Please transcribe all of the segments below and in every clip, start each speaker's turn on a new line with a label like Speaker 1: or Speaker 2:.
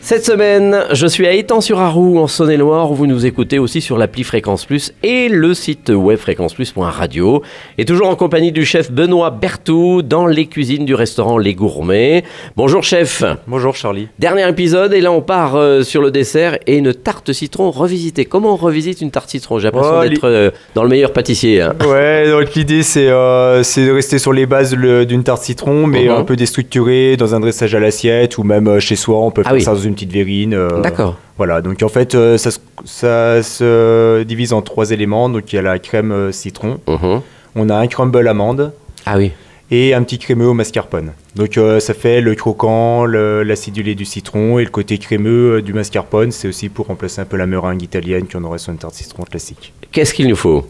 Speaker 1: Cette semaine, je suis à Étang-sur-Arroux en Saône-et-Loire. Vous nous écoutez aussi sur l'appli Fréquence Plus et le site web fréquenceplus.radio. Et toujours en compagnie du chef Benoît Berthou dans les cuisines du restaurant Les Gourmets. Bonjour chef.
Speaker 2: Bonjour Charlie.
Speaker 1: Dernier épisode et là on part euh, sur le dessert et une tarte citron revisitée. Comment on revisite une tarte citron J'ai l'impression
Speaker 2: Oh, li-
Speaker 1: d'être euh, dans le meilleur pâtissier. hein.
Speaker 2: Ouais, donc l'idée c'est euh, c'est de rester sur les bases le- d'une tarte citron, mais
Speaker 1: Mhm.
Speaker 2: un peu déstructurée, dans un dressage à l'assiette ou même euh, chez soi, on peut
Speaker 1: Ah
Speaker 2: faire
Speaker 1: oui.
Speaker 2: ça dans une petite verrine. euh,
Speaker 1: D'accord.
Speaker 2: Voilà, donc en fait euh, ça, se- ça se divise en trois éléments. Donc il y a la crème euh, citron,
Speaker 1: Mhm.
Speaker 2: on a un crumble amande
Speaker 1: Ah oui.
Speaker 2: et un petit crémeux au mascarpone. Donc euh, ça fait le croquant, le- l'acidulé du citron et le côté crémeux euh, du mascarpone. C'est aussi pour remplacer un peu la meringue italienne qu'on aurait sur une tarte citron classique.
Speaker 1: Qu'est-ce qu'il nous faut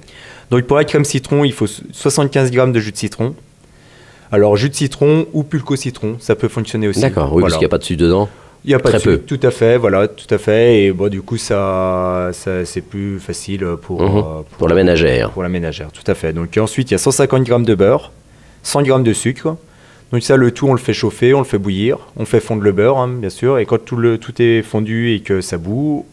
Speaker 2: Donc pour la crème citron, il faut 75 grammes de jus de citron. Alors jus de citron ou pulco citron, ça peut fonctionner aussi.
Speaker 1: D'accord, oui,
Speaker 2: Voilà.
Speaker 1: parce qu'il n'y a pas de sucre dedans.
Speaker 2: Il y a pas
Speaker 1: très
Speaker 2: de sucre,
Speaker 1: peu.
Speaker 2: Tout à fait, voilà, tout à fait. Et bon, du coup, ça, ça- c'est plus facile pour,
Speaker 1: Mhm.
Speaker 2: euh,
Speaker 1: Pour la ménagère.
Speaker 2: pour la ménagère, tout à fait. Donc ensuite, il y a 150 grammes de beurre, 100 grammes de sucre. Donc ça, le tout, on le fait chauffer, on le fait bouillir, on fait fondre le beurre, hein, bien sûr. Et quand tout, le, tout est fondu et que ça bout,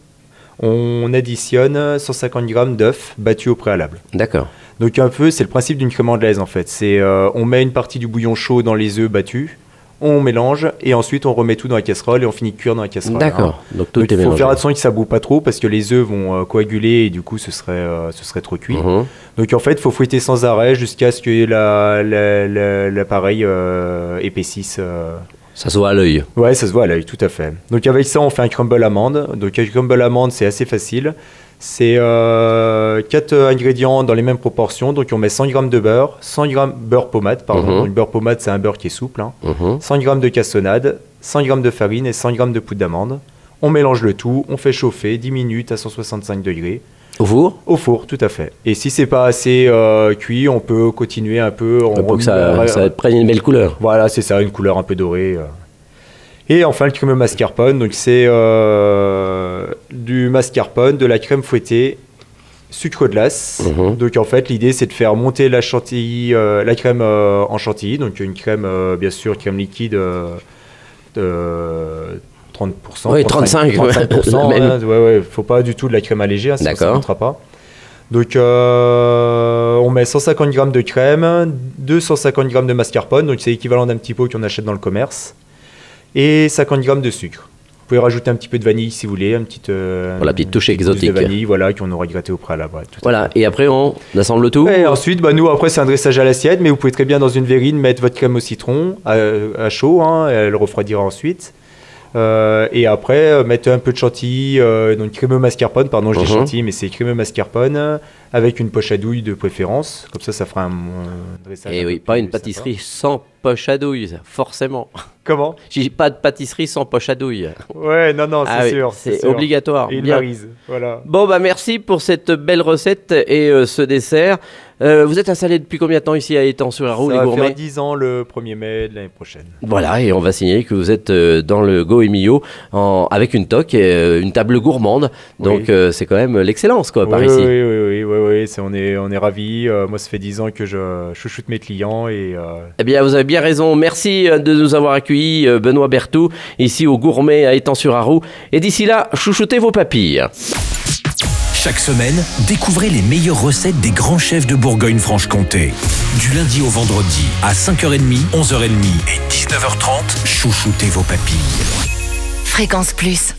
Speaker 2: on additionne 150 grammes d'œufs battus au préalable.
Speaker 1: D'accord.
Speaker 2: Donc un peu, c'est le principe d'une crème anglaise en fait. C'est euh, on met une partie du bouillon chaud dans les œufs battus, on mélange et ensuite on remet tout dans la casserole et on finit de cuire dans la casserole.
Speaker 1: D'accord.
Speaker 2: hein.
Speaker 1: Donc tout
Speaker 2: Donc,
Speaker 1: est
Speaker 2: il faut
Speaker 1: mélangé.
Speaker 2: faire attention que ça boue pas trop parce que les œufs vont euh, coaguler et du coup ce serait, euh, ce serait trop cuit.
Speaker 1: Mhm.
Speaker 2: Donc en fait, il faut fouetter sans arrêt jusqu'à ce que la- la- la- l'appareil euh, épaississe. euh.
Speaker 1: Ça se voit à l'œil.
Speaker 2: Ouais, ça se voit à l'œil, tout à fait. Donc avec ça, on fait un crumble amande. Donc un crumble amande, c'est assez facile. C'est 4 ingrédients dans les mêmes proportions. Donc on met 100 g de beurre, 100 g beurre pommade, pardon.
Speaker 1: Mhm.
Speaker 2: Donc beurre pommade, c'est un beurre qui est souple. hein.
Speaker 1: Mhm.
Speaker 2: 100 g de cassonade, 100 g de farine et 100 g de poudre d'amande. On mélange le tout, on fait chauffer 10 minutes à 165 degrés.
Speaker 1: Au four
Speaker 2: Au four, tout à fait. Et si c'est pas assez euh, cuit, on peut continuer un peu. On
Speaker 1: Pour
Speaker 2: remet-
Speaker 1: que ça, ça prenne une belle couleur.
Speaker 2: Voilà, c'est ça, une couleur un peu dorée. euh. Et enfin, le crémeux mascarpone. Donc, c'est euh, du mascarpone, de la crème fouettée, sucre glace.
Speaker 1: Mhm.
Speaker 2: Donc, en fait, l'idée, c'est de faire monter la chantilly, euh, la crème euh, en chantilly. Donc, une crème, euh, bien sûr, crème liquide euh, de 30%.
Speaker 1: Oui, 35, ouais.
Speaker 2: 35%,
Speaker 1: La même.
Speaker 2: hein. ouais, ouais. Faut pas du tout de la crème allégée, hein, sinon ça ne
Speaker 1: D'accord.
Speaker 2: rentrera pas. Donc euh, on met 150 g de crème, 250 g de mascarpone, donc c'est l'équivalent d'un petit pot qu'on achète dans le commerce, et 50 g de sucre. Vous pouvez rajouter un petit peu de vanille si vous voulez, un petit, euh,
Speaker 1: Pour la petite touche
Speaker 2: une petite
Speaker 1: exotique.
Speaker 2: de vanille, voilà, qu'on aura gratté au préalable. ouais, tout à
Speaker 1: Voilà, et après on assemble le tout.
Speaker 2: fait. Et ensuite, bah, nous après c'est un dressage à l'assiette, mais vous pouvez très bien dans une verrine mettre votre crème au citron à, à chaud, hein, elle refroidira ensuite. Euh, et après, euh, mettre un peu de chantilly, euh, donc crémeux mascarpone, pardon, je dis
Speaker 1: Mhm.
Speaker 2: chantilly, mais c'est crémeux mascarpone, euh, avec une poche à douille de préférence. Comme ça, ça fera un euh, dressage.
Speaker 1: Et
Speaker 2: un
Speaker 1: Eh oui,
Speaker 2: peu
Speaker 1: pas
Speaker 2: plus
Speaker 1: une
Speaker 2: sympa.
Speaker 1: pâtisserie sans poche à douille, ça, forcément.
Speaker 2: Comment
Speaker 1: J'ai pas de pâtisserie sans poche à douille.
Speaker 2: Ouais, non, non, Oh, c'est
Speaker 1: Ah oui,
Speaker 2: sûr.
Speaker 1: c'est
Speaker 2: sûr.
Speaker 1: obligatoire.
Speaker 2: Et une
Speaker 1: Bien.
Speaker 2: marise, voilà.
Speaker 1: Bon, bah merci pour cette belle recette et euh, ce dessert. Euh, vous êtes installé depuis combien de temps ici à Étang-sur-Arroux, les
Speaker 2: ça va
Speaker 1: gourmets
Speaker 2: faire 10 ans le 1er mai de l'année prochaine.
Speaker 1: Voilà, et on va signaler que vous êtes euh, dans le Go Emilio en, avec une toque, et, euh, une table gourmande. Donc
Speaker 2: Oui.
Speaker 1: euh, c'est quand même l'excellence quoi par
Speaker 2: oui,
Speaker 1: ici.
Speaker 2: Oui, oui, oui, oui, oui, c'est- on, est, on est ravis. Euh, moi, ça fait 10 ans que je chouchoute mes clients et euh,
Speaker 1: Eh bien, vous avez bien raison. Merci euh, de nous avoir accueillis, euh, Benoît Berthou, ici au Gourmet à Étang-sur-Arroux. Et d'ici là, chouchoutez vos papilles.
Speaker 3: Chaque semaine, découvrez les meilleures recettes des grands chefs de Bourgogne-Franche-Comté. Du lundi au vendredi, à 5h30, 11h30 et 19h30, chouchoutez vos papilles.
Speaker 4: Fréquence Plus.